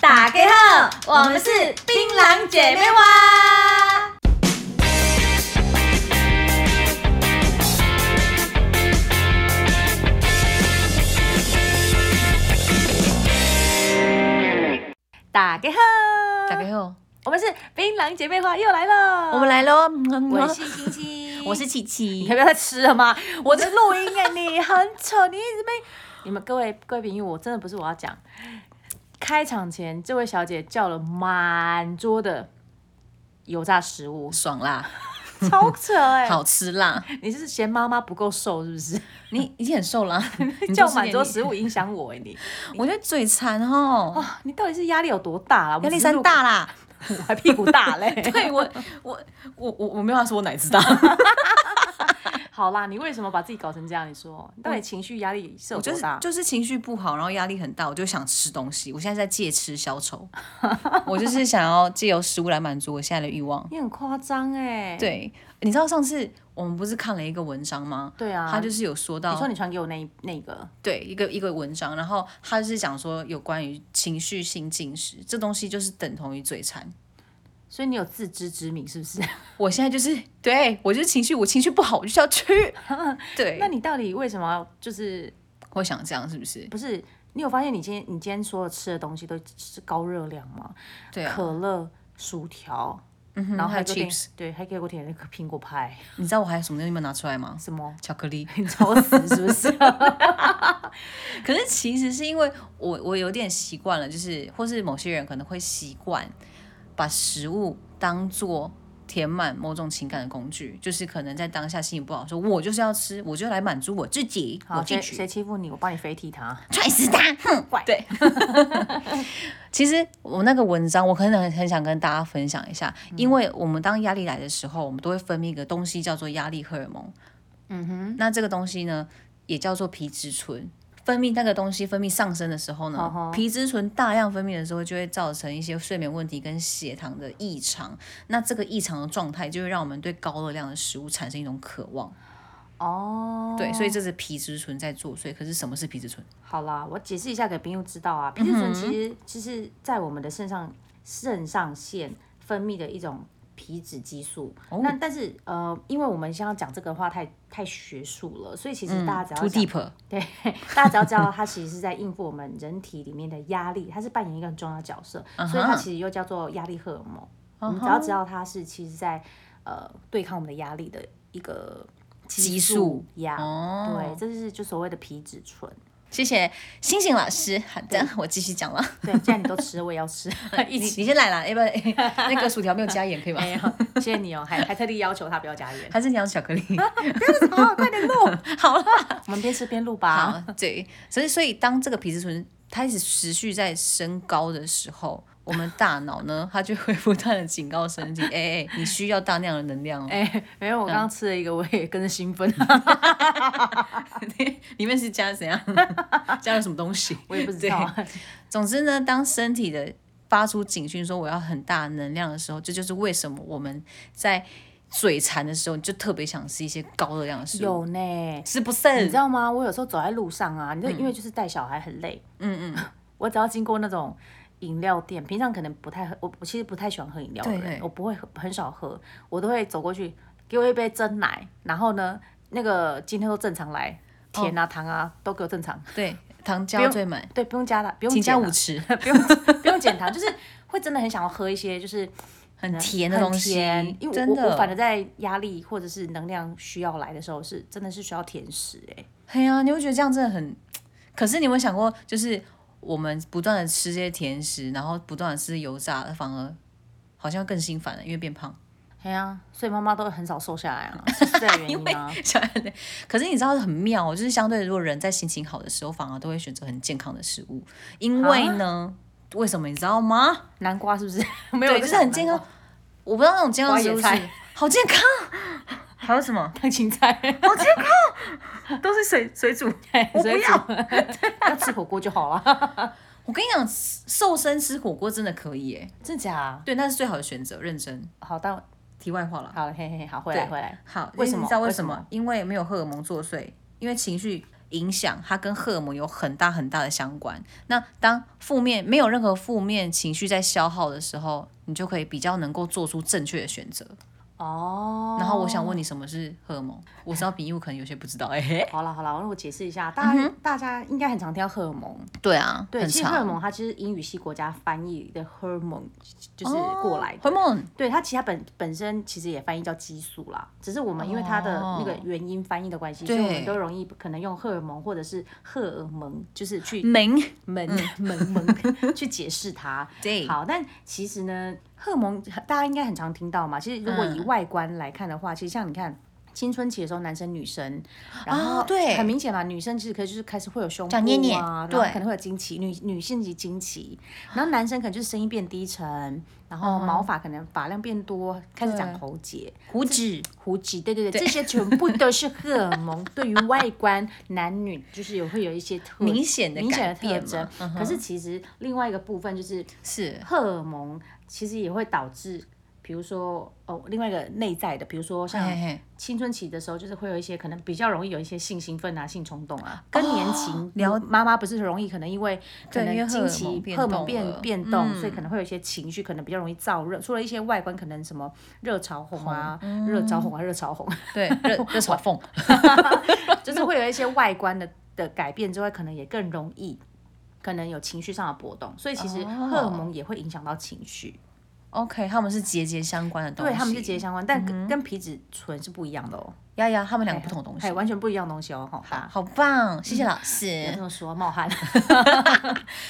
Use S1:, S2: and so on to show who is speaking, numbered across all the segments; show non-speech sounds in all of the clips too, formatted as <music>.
S1: 打给后，我们是槟榔姐妹花。打给后，
S2: 打给后，
S1: 我们是槟榔姐妹花又来了。
S2: 我们，来喽。
S1: 我是星星，
S2: 嗯 <laughs> 我是。琪
S1: 你
S2: 琪，
S1: 可不。要再吃了吗？我的录音哎，你很丑，你一直被 <laughs> 你们各位各位朋友，我真的不是我要讲。开场前，这位小姐叫了满桌的油炸食物
S2: 爽啦，
S1: 超扯哎、
S2: <laughs> 好吃啦！
S1: 你是嫌妈妈不够瘦是不是？
S2: 你已经很瘦啦， <laughs> 你
S1: 叫
S2: 多吃
S1: 满
S2: 点
S1: 桌
S2: 你
S1: 食物影响我哎、你
S2: <laughs> 我觉得嘴馋哦，
S1: 啊，你到底是压力有多大啦？我
S2: 压
S1: 们
S2: 力
S1: 只是
S2: 山
S1: 录，
S2: 大啦。
S1: 我还屁股大嘞。
S2: <laughs> 对我，我，我，我我没有话说，我奶子大。
S1: 好啦，你为什么把自己搞成这样？你说，你到底情绪压力是有
S2: 我 <laughs> 就
S1: 多
S2: 是
S1: 大？
S2: 就是情绪不好，然后压力很大，我就想吃东西。我现在在借吃消 <laughs> 愁，我就是想要借由食物来满足我现在的欲望。
S1: 你很夸张哎。
S2: 对，你知道上次我们不是看了一个文章吗？
S1: 对啊，
S2: 他就是有说
S1: 你
S2: 到
S1: 说，你传给我那一那个，
S2: 对一个一个文章，然后他是讲说有关于情绪性进食，这东西就是等同于嘴馋。
S1: 所以你有自知之明是不 <laughs> 是？
S2: 我现在就是对我就是情绪，我情绪不好，我就是要吃。对，
S1: 那你到底为什么要就是
S2: 我想这样是不是？
S1: 不是？你有发现你今天你今天所有吃的东西都是高热量吗？
S2: 对啊，
S1: 可乐、薯条，
S2: 嗯哼
S1: 然后
S2: 还有
S1: 给我点
S2: chips，
S1: 对，还给我点那个苹果派，
S2: 你知道我还有什么东西没有拿出来吗？
S1: 什么？ <laughs>
S2: 巧克力。
S1: 你找死是不是？
S2: 可是其实是因为我我有点习惯了，就是或是某些人可能会习惯把食物当做填满某种情感的工具，就是可能在当下心情不好，说我就是要吃，我就来满足我自己， <laughs> 我
S1: 好，
S2: 进
S1: 谁
S2: 去
S1: 谁欺负你，我帮你飞踢他。
S2: 踹死他，哼，
S1: 怪
S2: 对。 <laughs> 其实我那个文章，我可能很很想跟大家分享一下，因为我们当压力来的时候，我们都会分泌一个东西叫做压力荷尔蒙。嗯哼，那这个东西呢，也叫做皮质醇。分泌那个东西分泌上升的时候
S1: 哦
S2: 呢
S1: 吼
S2: 皮质醇大量分泌的时候，就会造成一些睡眠问题跟血糖的异常。那这个异常的状态，就会让我们对高热量的食物产生一种渴望。
S1: 哦，
S2: 对，所以这是皮质醇在作祟。可是什么是皮质醇？
S1: 好啦，我解释一下给朋友知道啊，皮质
S2: 嗯
S1: 醇其实就是在我们的肾上肾上腺分泌的一种皮质激素。
S2: 哦
S1: 那但是呃，因为我们现在讲这个的话太太学术了，所以其实大家只要
S2: 嗯 too
S1: 想、
S2: deep。
S1: 对大家只要知道它其实是在应付我们人体里面的压力，它是扮演一个很重要的角色，
S2: 嗯
S1: 所以它其实又叫做压力荷尔蒙。我们只要知道它是其实在呃对抗我们的压力的一个
S2: 激
S1: 素
S2: 素
S1: 呀。
S2: 哦
S1: 对，这就是就所谓的皮质醇。
S2: 谢谢星星老师。好的，我继续讲了。
S1: 对，既然你都吃，我也要吃，
S2: 你
S1: <laughs> 一起。
S2: 你先来啦，要不 <laughs> 然那个薯条没有加盐可以吗？
S1: 没有，哎谢谢你哦，还还特地要求他不要加盐。
S2: 还是你要巧克 <laughs> 力？
S1: <laughs> 好，啊快点录，
S2: 好啦，
S1: 我们边吃边录吧。
S2: 好，哦对，所以所以当这个皮质醇开始持续在升高的时候，我们大脑呢，它就会不断的警告身体，哎、 <laughs> 哎、你需要大量的能 <laughs> 量哦，
S1: 哎、没有，我刚刚吃了一个，我也跟着兴奋， <laughs>
S2: 哎里面是加怎 <laughs> 样？加了什么东西？
S1: 我也不知
S2: 啊
S1: 道。
S2: 总之呢，当身体的发出警讯说我要很大的能量的时候，这就是为什么我们在嘴馋的时候，你就特别想吃一些高热量的食物，
S1: 有呢，
S2: 是不
S1: 你
S2: 是
S1: 知？道吗？我有时候走在路上啊，你就因为就是带小孩很累，嗯嗯， <laughs> 我只要经过那种饮料店，平常可能不太喝，我我其实不太喜欢喝饮料的人，
S2: 对对
S1: 我不会喝很少喝，我都会走过去给我一杯真奶，然后呢，那个今天都正常来，甜啊、糖啊都给我正常，
S2: 对，糖
S1: 不
S2: 胶
S1: 用
S2: 最满，
S1: 对，不用加糖，不用
S2: 请加
S1: 减
S2: 五
S1: 啊
S2: 匙，
S1: <laughs> 不用不用减糖，就是会真的很想要喝一些就是
S2: 很甜的东西
S1: 很甜因，为
S2: 真
S1: 我我我反
S2: 的。
S1: 正在压力或者是能量需要来的时候是，真的是需要甜食哎、
S2: 哎呀、你会觉得这样真的很，可是你有没有想过，就是我们不断的吃这些甜食，然后不断的吃油炸，反而好像更心烦了，因为变胖。
S1: 哎呀、
S2: 啊
S1: 所以妈妈都很少瘦下来
S2: <laughs>
S1: 啊，是这个原
S2: 嗯
S1: 因啊。
S2: 小孩的可是你知道很妙、哦，就是相对如果人在心情好的时候，反而都会选择很健康的食物，因为呢，为什么你知道吗？
S1: 南瓜是不
S2: <laughs>
S1: 是没有？
S2: 对，就是很健康。我不知道那种健康的食
S1: 花椰
S2: 物是
S1: 菜
S2: 好健康，啊 <laughs> 还有什么？
S1: 烫青菜，
S2: <laughs> 都是水水 <laughs> 煮。
S1: 我
S2: 哦不要， <laughs>
S1: 要吃火锅就好了。
S2: 我跟你讲，瘦身吃火锅真的可以耶，
S1: 真假？
S2: 对，那是最好的选择。认真，
S1: 好，但
S2: 题外话了。
S1: 好了，嘿嘿，好，回来
S2: 对
S1: 回来。
S2: 好，
S1: 为什
S2: 因
S1: 么
S2: 你知道为
S1: 为
S2: 什
S1: 什
S2: 么？因为没有荷尔蒙作祟，因为情绪。影响，它跟荷尔蒙有很大很大的相关。那当负面没有任何负面情绪在消耗的时候，你就可以比较能够做出正确的选择。
S1: 哦，
S2: 然后我想问你，什么是荷尔蒙？我知道比喻可能有些不知道，哎、
S1: 好了好了，让我解释一下，大家、
S2: 嗯
S1: 大家应该很常听到荷尔蒙，
S2: 对啊，
S1: 对，
S2: 很
S1: 其实荷尔
S2: 长，
S1: 蒙它其实英语系国家翻译的荷尔蒙，就是
S2: 哦
S1: 过来的。
S2: 荷尔蒙，
S1: 对它，其实它本本身其实也翻译叫激素啦，只是我们因为它的那个元音翻译的关系，所以我们
S2: 哦对
S1: 都容易可能用荷尔蒙或者是荷尔蒙，就是去
S2: 门，
S1: <laughs> 蒙蒙蒙去解释它。
S2: 嗯 <laughs> 对，
S1: 好，但其实呢，荷尔蒙大家应该很常听到嘛。其实如果以
S2: 嗯
S1: 外观来看的话，其实像你看。青春期的时候，男生女生，然后
S2: 啊对
S1: 很明显嘛，女生其实可以就是开始会有胸部啊，
S2: 长捏捏
S1: 然后
S2: 对
S1: 可能会有经期，女女性及经期，然后男生可能就是声音变低沉，然后毛发可能发量变多，开始长
S2: 嗯对
S1: 喉结、
S2: 胡子，
S1: 胡子，对对对，这些全部都是荷尔蒙对于外观男女就是有会有一些特
S2: <laughs> 明显的
S1: 明显的
S2: 改
S1: 特
S2: 变
S1: 征
S2: 嘛，嗯，
S1: 可是其实另外一个部分就是
S2: 是
S1: 荷尔蒙其实也会导致，比如说哦，另外一个内在的，比如说像
S2: 嘿嘿
S1: 青春期的时候，就是会有一些可能比较容易有一些性兴奋啊、性冲动啊。更年期，
S2: 哦了
S1: 妈妈不是容易可能因为可
S2: 对因为
S1: 能
S2: 荷尔
S1: 经
S2: 蒙
S1: 期
S2: 变
S1: 荷尔蒙
S2: 动
S1: 变
S2: 了嗯
S1: 变动，所以可能会有一些情绪，可能比较容易燥热。除了一些外观，可能什么热潮红啊、热
S2: 嗯
S1: 潮红啊、热潮红，
S2: 对热
S1: <laughs>
S2: 热嘲讽，
S1: 就是会有一些外观的的改变之外，可能也更容易。可能有情绪上的波动，所以其实
S2: 哦
S1: 荷尔蒙也会影响到情绪。
S2: OK，他们是节节相关的东西。
S1: 对，他们是直接相关，但跟跟皮质醇是不一样的哦，
S2: 呀呀，他们两个不同的东西
S1: 还。完嗯全不一样的东西哦，好嗯吧。
S2: 好棒，谢谢老
S1: 不
S2: 师
S1: 要。这么说，冒 <laughs> 汗，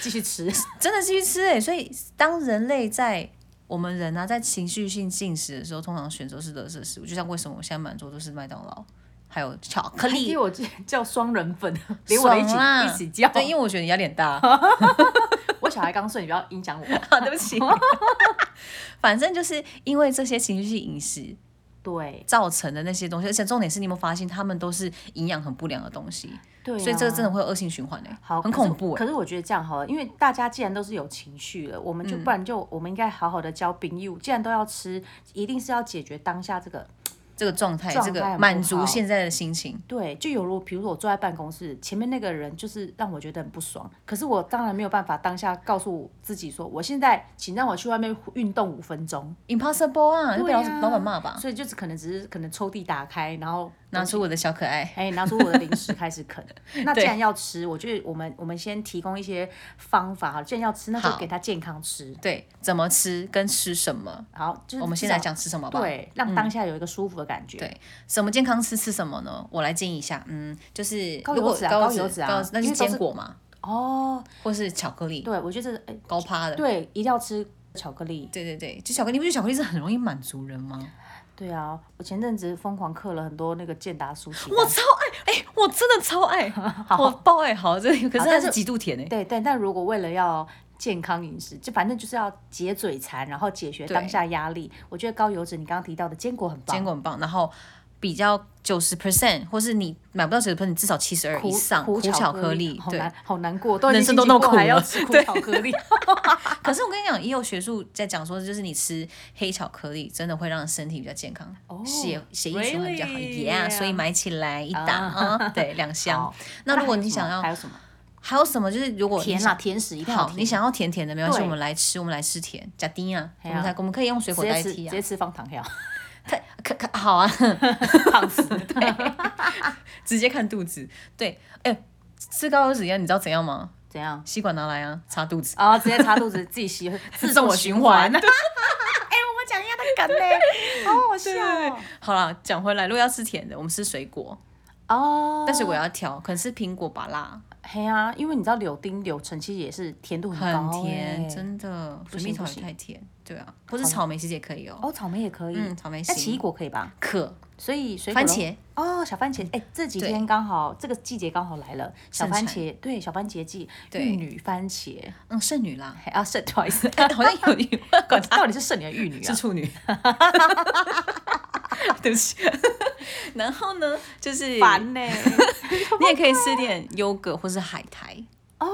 S1: 继续吃。
S2: 真的是去吃哎、所以当人类在我们人啊，在情绪性进食的时候，通常选择是垃圾食物，就像为什么我现在满桌都是麦当劳，还有巧
S1: 还
S2: 克
S1: <laughs>
S2: 力
S1: 哎给，我叫双人粉，连我的一起
S2: <laughs> 爽啦
S1: 一起叫。
S2: 对，因为我觉得你压力很大，
S1: <laughs> 我小孩刚睡，你不要影响我。
S2: 对不起。 <laughs> 反正就是因为这些情绪性饮食
S1: 对
S2: 造成的那些东西，而且重点是你有没有发现，他们都是营养很不良的东西，
S1: 对啊，
S2: 所以这个真的会有恶性循环哎、
S1: 好
S2: 很
S1: 可是
S2: 恐怖哎、
S1: 可是我觉得这样好了，因为大家既然都是有情绪了，我们
S2: 嗯
S1: 就不然就我们应该好好的教丙友，既然都要吃，一定是要解决当下这个
S2: 这个状态，
S1: 状态
S2: 这
S1: 很
S2: 个
S1: 不
S2: 满足
S1: 好
S2: 现在的心情。
S1: 对，就有如比如说我坐在办公室前面那个人，就是让我觉得很不爽。可是我当然没有办法当下告诉自己说，我现在请让我去外面运动五分钟，
S2: Impossible 啊，就
S1: 对
S2: 被老
S1: 啊
S2: 老板骂吧。
S1: 所以就是可能只是可能抽屉打开，然后
S2: 拿出我的小可爱，
S1: 哎拿出我的零食开始
S2: <laughs>
S1: 啃。那既然要吃，我觉得我们我们先提供一些方法哈，既然要吃，那就
S2: 好
S1: 给他健康吃。
S2: 对，怎么吃跟吃什么，
S1: 好，就是
S2: 我们先
S1: 至
S2: 来
S1: 少
S2: 讲吃什么
S1: 嗯
S2: 吧。，
S1: 对，让当下有一个舒服的感觉。
S2: 对什么健康吃吃什么呢？我来建议一下，嗯，就是
S1: 高
S2: 如果
S1: 油脂啊高油脂啊
S2: 高那
S1: 因
S2: 就
S1: 为都是
S2: 坚果嘛，
S1: 哦，
S2: 或是巧克力，
S1: 对，我觉得这个哎，
S2: 高趴的。
S1: 对，一定要吃巧克力。
S2: 对对对，就巧克力，你不觉得巧克力是很容易满足人吗？
S1: 对啊，我前阵子疯狂刻了很多那个健达酥奇
S2: 我
S1: 蛋。
S2: 超爱，哎、我真的超
S1: <laughs>
S2: 爱，我爆爱好这个，可是它
S1: 但
S2: 是
S1: 是
S2: 极度甜哎、
S1: 对对，但如果为了要健康饮食，就反正就是要解嘴馋，然后解决
S2: 对
S1: 当下压力。我觉得高油脂，你刚刚提到的坚果很
S2: 坚
S1: 棒，
S2: 果很棒，然后比较九十 percent，或是你买不到九十 percent，你至少七十二
S1: 苦
S2: 以上
S1: 苦
S2: 巧克
S1: 力，
S2: 力，
S1: 好
S2: 对，
S1: 难好难过，都已
S2: 人
S1: 经
S2: 生都
S1: 经
S2: 那么
S1: 过
S2: 苦
S1: 还要
S2: 了 <laughs>
S1: 吃苦
S2: 对
S1: 巧克力，
S2: 可是我跟你讲，也有学术在讲说，就是你吃黑巧克力真的会让身体比较健康，
S1: 哦
S2: 血血液循环比较好
S1: really？
S2: y e 所以买起来一打啊、对，两箱
S1: 好。
S2: 那如果
S1: 还有
S2: 你
S1: 什么
S2: 想要
S1: 还有什么
S2: 还有什么，就是如果你
S1: 甜
S2: 想
S1: 啦，甜食一定要
S2: 好，
S1: 甜
S2: 你想要甜甜的没关系，
S1: 对
S2: 我们来吃，我们来吃甜，假丁啊，我
S1: 嘿啊
S2: 们才我们可以用水
S1: 直
S2: 果
S1: 接
S2: 代
S1: 吃
S2: 替
S1: 直
S2: 啊
S1: 接，吃放糖
S2: <laughs>
S1: 药，
S2: 太可可好啊， <laughs>
S1: 胖死。对，
S2: 直接看肚子，对，哎、吃高油脂药你知道怎样吗？
S1: <laughs> 怎样？
S2: 吸管拿来啊，插肚子，
S1: 啊，直接擦肚子，自己
S2: <laughs>
S1: 吸，自
S2: 自我循
S1: <laughs> 哎，我
S2: 环
S1: 们讲一下的梗嘞，好好笑
S2: <laughs>
S1: 哦。
S2: <laughs> 好啦，讲回来，如果要吃甜的，我们吃水果，
S1: 哦，
S2: 但是我要挑，可能是苹果、芭辣。
S1: 嘿啊，因为你知道柳丁、柳橙其实也是甜度很
S2: 很
S1: 高、欸，
S2: 甜，真的，水
S1: 行
S2: 蜜桃
S1: 不
S2: 也
S1: 行
S2: 太甜，对啊，或是草莓其实也可以哦，
S1: 哦，草莓也可以，
S2: 嗯草莓
S1: 那奇异
S2: 行
S1: 果可以吧？
S2: 可
S1: 所以水果
S2: 番
S1: 的
S2: 茄嗯
S1: 哦，小番茄，哎、这几天刚好这个季节刚好来了，小
S2: 盛
S1: 番
S2: 产
S1: 茄，对，小番茄季，
S2: 对
S1: 玉女番茄， <laughs>
S2: 嗯，剩女啦， <laughs>
S1: 嘿啊，剩不好意思，<laughs>
S2: 好像有女，管她
S1: 到底是剩女还是玉女啊
S2: <laughs> 是？处女，对不起。然后呢，就是
S1: 烦呢、
S2: 欸
S1: <laughs>
S2: 你也可以吃点优格或是海苔哦，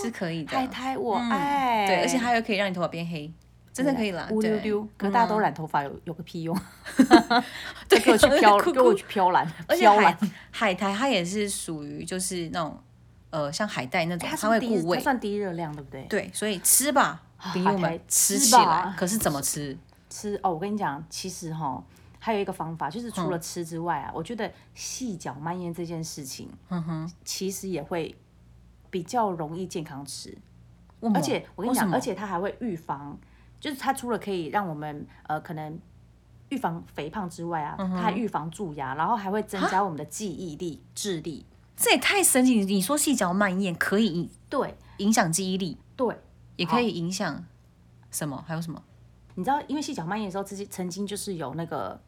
S2: 是可以的嗯
S1: 海，苔我爱，哎
S2: 对，而且它又可以让你头发变黑，真的可以啦
S1: 乌溜
S2: 对嗯
S1: 溜。可是大家都染头发有有个屁用？ <laughs> 对，给我去
S2: 有
S1: <laughs>
S2: 点
S1: 飘，
S2: 酷
S1: 给我
S2: 酷
S1: 去飘染，
S2: 而且
S1: 飘染
S2: 海。海苔它也是属于就是那种呃像海带那种，
S1: 哎它是
S2: 它会
S1: 低
S2: 固
S1: 它
S2: 胃，
S1: 算低热量，对不对？
S2: 对，所以吃吧，比
S1: 海
S2: 我们
S1: 苔
S2: 吃
S1: 啊吃
S2: 起来
S1: 吧，
S2: 可是怎么吃？
S1: 吃哦，我跟你讲，其实哈，还有一个方法，就是除了吃之外啊，我觉得细嚼慢咽这件事情，
S2: 嗯哼，
S1: 其实也会比较容易健康吃，
S2: 为什么
S1: 而且我跟你
S2: 为什
S1: 讲，
S2: 么
S1: 而且它还会预防，就是它除了可以让我们呃可能预防肥胖之外啊，它还预防蛀牙，然后还会增加我们的记忆力、智力。
S2: 这也太神奇！你说细嚼慢咽可以影
S1: 对
S2: 影响记忆力，
S1: 对，
S2: 也可以影响什么？还有什么？
S1: 你知道，因为细嚼慢咽的时候，之前曾经就是有那个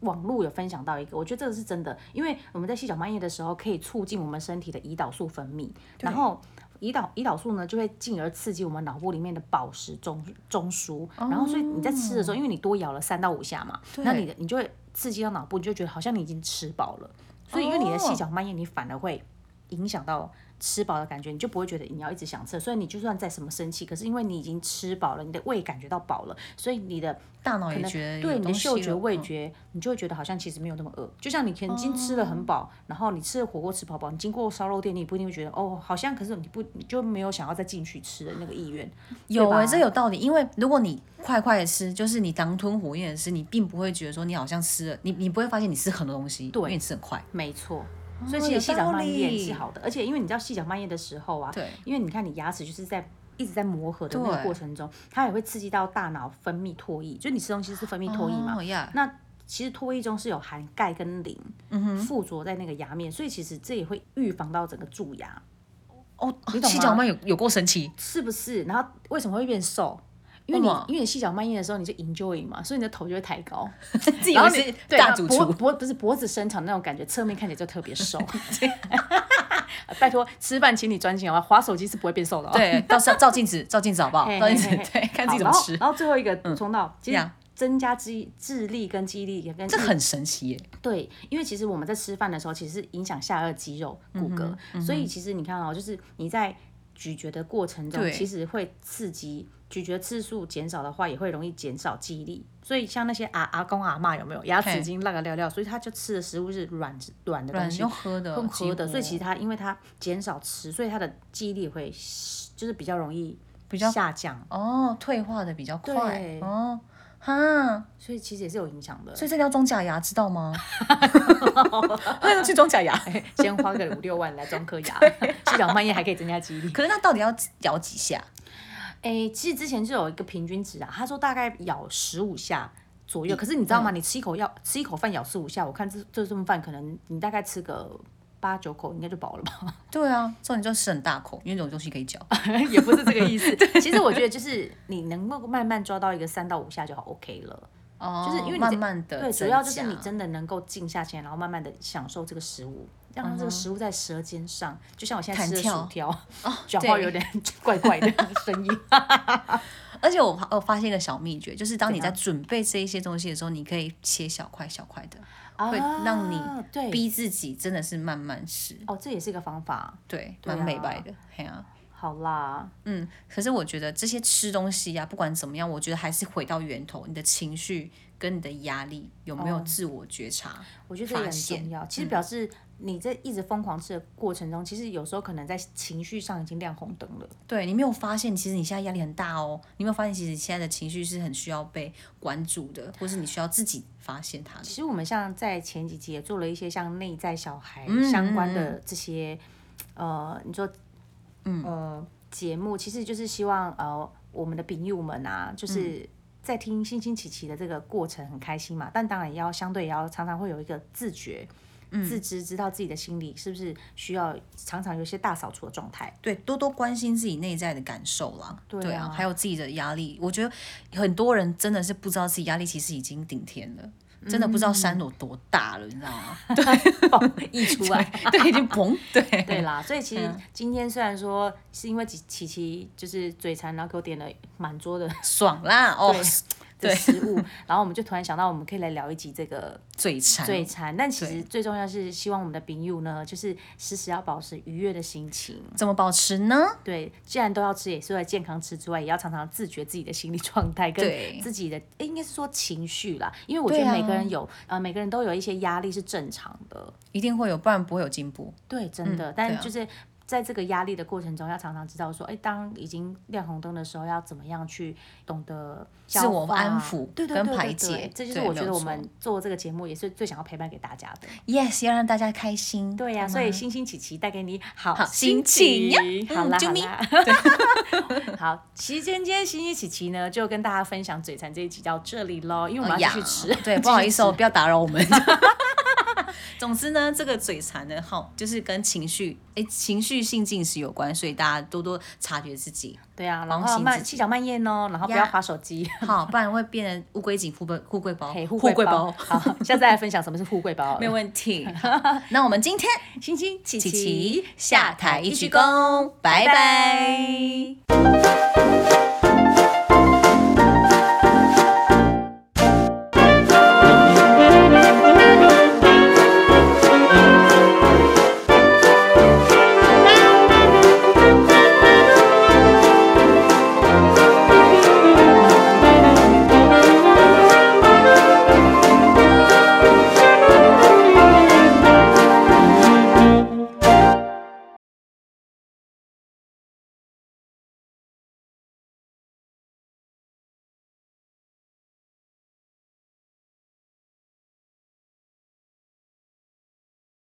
S1: 网络有分享到一个，我觉得这个是真的，因为我们在细嚼慢咽的时候，可以促进我们身体的胰岛素分泌，然后胰岛胰岛素呢就会进而刺激我们脑部里面的饱食中中枢，然后所以你在吃的时候，因为你多咬了三到五下嘛，那你的你就会刺激到脑部，你就觉得好像你已经吃饱了，所以因为你的细嚼慢咽，你反而会影响到。吃饱的感觉，你就不会觉得你要一直想吃，所以你就算再什么生气，可是因为你已经吃饱了，你的胃感觉到饱了，所以你的
S2: 大脑也觉得有
S1: 对你的
S2: 东西
S1: 嗅觉、
S2: 了
S1: 味
S2: 嗯
S1: 觉，你就会觉得好像其实没有那么饿。就像你曾经吃的
S2: 哦
S1: 很饱，然后你吃的火锅吃饱饱，你经过烧肉店，你也不一定会觉得哦，好像可是你不你就没有想要再进去吃的那个意愿。
S2: 有
S1: 吧
S2: 哎、这有道理。因为如果你快快的吃，就是你狼吞虎咽的吃，你并不会觉得说你好像吃了，你你不会发现你吃很多东西，因为你吃很快。
S1: 没错，所以
S2: 哦
S1: 其
S2: 有
S1: 实细嚼
S2: 道
S1: 慢咽
S2: 理
S1: 是好的，而且因为你知道细嚼慢咽的时候啊，
S2: 对，
S1: 因为你看你牙齿就是在。一直在磨合的那个
S2: 对
S1: 过程中，它也会刺激到大脑分泌唾液，就你吃东西是分泌唾液嘛，
S2: 哦呀，
S1: 那其实唾液中是有含钙跟磷，
S2: 嗯
S1: 附着在那个牙面，所以其实这也会预防到整个蛀牙，
S2: 哦，
S1: 你懂吗
S2: 细嚼慢有有够神奇。
S1: 是不是？然后为什么会变瘦？因为
S2: 为
S1: 你
S2: 什么
S1: 因为你细嚼慢咽的时候，你就 enjoy 嘛，所以你的头就会抬
S2: <laughs>
S1: 高，
S2: <laughs> 自以
S1: 然后
S2: 为
S1: 你
S2: 是
S1: 对
S2: 大
S1: 然后
S2: 主
S1: 脖 <laughs>
S2: 厨，
S1: 脖不是脖子伸长那种感觉，侧面看起来就特别
S2: <laughs>
S1: 瘦。 <laughs> 拜托，吃饭请你专心好吧，划手机是不会变瘦的哦。 <laughs>
S2: 对，到时候照镜子，照镜子好不好？
S1: 嘿
S2: 照
S1: 嘿
S2: 镜子
S1: 嘿嘿，
S2: 对，看自己怎
S1: 好然
S2: 么
S1: 后
S2: 吃，嗯
S1: 然后最后一个补充到，其实
S2: 呀
S1: 增加记智力跟记忆力也跟
S2: 这很神奇耶。
S1: 对，因为其实我们在吃饭的时候，其实是影响下颚肌肉、
S2: 嗯
S1: 骨骼，所以其实你看哦，就是你在咀嚼的过程中，
S2: 对
S1: 其实会刺激咀嚼次数减少的话，也会容易减少记忆力。所以像那些阿阿公阿嬷有没有牙齿
S2: 嘿
S1: 已经烂个料料，所以他就吃的食物是软软的东西
S2: 用。喝的，
S1: 用喝的，
S2: 几乎
S1: 所以其实他因为他减少吃，所以他的记忆力会就是比较容易
S2: 比较
S1: 下降，
S2: 哦，退化的比较快
S1: 对
S2: 哦。哈，
S1: 所以其实也是有影响的。
S2: 所以这个要装假牙，知道
S1: <laughs>
S2: 吗？ <laughs> 那要去装假牙。
S1: 先花个五六万来装颗牙，细嚼慢咽还可以增加记忆力。
S2: 可是那到底要咬几下？
S1: 诶，哎其实之前就有一个平均值啊，他说大概咬十五下左
S2: 嗯
S1: 右。可是你知道吗？你吃一口药，吃一口饭咬十五下，我看这这顿饭可能你大概吃个八九口应该就饱了吧？ <laughs>
S2: 对啊，重点就是很大口，因为这种东西可以嚼。
S1: 也不是这个意
S2: <laughs>
S1: 思。其实我觉得就是你能够慢慢抓到一个三到五下就好 OK 了。
S2: 哦
S1: 就是因为你
S2: 慢
S1: 这
S2: 慢的，
S1: 对，主要就是你。真的能够静下心来，然后慢慢的享受这个食物，让它这个食物在舌尖上，就像我现在吃的
S2: 嗯弹跳哦
S1: 薯条， <laughs> 讲话
S2: 对
S1: 有点怪怪的声
S2: <laughs>
S1: 音。
S2: 而且我发我发现一个小秘诀，就是当你在准备这一些东西的时候，你可以切小块小块的，会让
S1: 啊
S2: 你
S1: 对
S2: 逼自己真的是慢慢吃，
S1: 哦，这也是一个方法。
S2: 对，
S1: 对
S2: 蛮
S1: 啊
S2: 美白的，嘿啊。
S1: 好啦，
S2: 嗯，可是我觉得这些吃东西呀、不管怎么样，我觉得还是回到源头，你的情绪跟你的压力有没有自我觉察？
S1: 哦我觉得这也
S2: 发
S1: 很
S2: 现嗯
S1: 重要。其实表示你在一直疯狂吃的过程中，其实有时候可能在情绪上已经亮红灯了。
S2: 对你没有发现，其实你现在压力很大哦。你有没有发现，其实你现在的情绪是很需要被关注的，或是你需要自己发现它的
S1: 其？实我们像在前几集也做了一些像内在小孩
S2: 嗯
S1: 相关的这些，呃，你说，嗯呃，节目其实就是希望呃我们的朋友们啊，
S2: 嗯
S1: 就是在听新新奇奇的这个过程很开心嘛，但当然也要相对也要常常会有一个自觉。
S2: 嗯
S1: 自知知道自己的心理是不是需要常常有一些大扫除的状
S2: <laughs>
S1: 态，
S2: 对，多多关心自己内在的感受啦。
S1: 对啊
S2: 还有自己的压力。我觉得很多人真的是不知道自己压力其实已经顶天了，真的不
S1: 嗯
S2: 知道山有多大了，你知道吗？ <laughs>
S1: 溢出来。 <laughs>
S2: 对，已经砰，对
S1: 对啦，所以其实
S2: 嗯
S1: 今天虽然说是因为琪琪琪就是嘴馋，然后给我点了满桌的，
S2: 爽啦哦 <laughs>
S1: 对，的食物，然后我们就突然想到，我们可以来聊一集这个
S2: 嘴馋，
S1: 嘴馋。但其实最重要是，希望我们的朋友呢，就是时时要保持愉悦的心情。
S2: 怎么保持呢？
S1: 对，既然都要吃，也是为了健康吃之外，也要常常自觉自己的心理状态跟
S2: 对
S1: 自己的，诶应该是说情绪啦，因为我觉得
S2: 对啊
S1: 每个人有，呃，每个人都有一些压力是正常的。
S2: 一定会有，不然不会有进步。
S1: 对，
S2: 嗯
S1: 真的，
S2: 啊
S1: 但就是在这个压力的过程中，要常常知道说，哎，当已经亮红灯的时候，要怎么样去懂得
S2: 自
S1: 消
S2: 我
S1: 化
S2: 安抚
S1: 对对
S2: 跟
S1: 对对
S2: 排
S1: 对
S2: 解
S1: 这就是我
S2: 对没
S1: 觉得
S2: 有
S1: 我们做这个节目也是最想要陪伴给大家的。
S2: Yes，要让大家开心。
S1: 对呀、所以星星琪琪带给你好
S2: 好心
S1: 情
S2: 情呀
S1: 好
S2: 嗯
S1: 啦
S2: 啾
S1: 好
S2: 咪 <laughs>
S1: 啦， <laughs> 好，其实今天星星琪琪呢，就跟大家分享嘴馋这一集到这里喽，因为我们要继续吃
S2: 哎哦呀。对，不好意思哦，不要打扰我们。 <laughs> 总之呢，这个嘴馋的好，就是跟情绪，哎、情绪性进食有关，所以大家多多察觉
S1: <laughs>
S2: 自己，
S1: <laughs> 对啊，然
S2: 忙
S1: 后
S2: 醒
S1: 慢
S2: 自己
S1: 细嚼慢咽哦，然后不要
S2: 呀
S1: 划手
S2: <laughs>
S1: 机。
S2: 好，不然会变成乌龟颈、富贵富贵包
S1: 嘿，、好，下次再来分享什么是富贵
S2: <laughs>
S1: 包。
S2: 没有问
S1: <laughs>
S2: 题。好那我们今天
S1: 星星琪
S2: 琪
S1: 琪
S2: 琪下台一鞠躬，拜拜。
S1: 拜